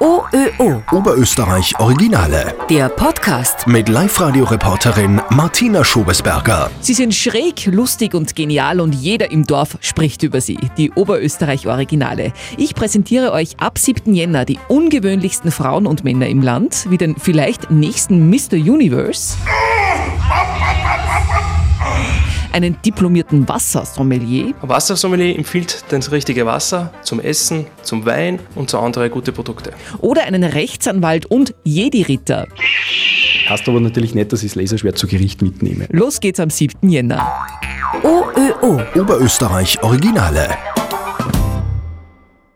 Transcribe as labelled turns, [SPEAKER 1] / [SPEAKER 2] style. [SPEAKER 1] OÖO,
[SPEAKER 2] Oberösterreich Originale
[SPEAKER 1] der Podcast.
[SPEAKER 2] mit Live-Radio-Reporterin Martina Schobesberger.
[SPEAKER 3] Sie sind schräg, lustig und genial und jeder im Dorf spricht über sie. Die Oberösterreich-Originale. Ich präsentiere euch ab 7. Jänner die ungewöhnlichsten Frauen und Männer im Land, wie den vielleicht nächsten Mr. Universe. Einen diplomierten Wassersommelier,
[SPEAKER 4] Ein Wassersommelier empfiehlt das richtige Wasser zum Essen, zum Wein und zu anderen gute Produkte.
[SPEAKER 3] oder einen Rechtsanwalt und Jedi-Ritter.
[SPEAKER 5] Hast aber natürlich nicht, dass ich das Laserschwert zu Gericht mitnehme.
[SPEAKER 3] Los geht's am 7. Jänner.
[SPEAKER 1] OÖO.
[SPEAKER 2] Oberösterreich Originale.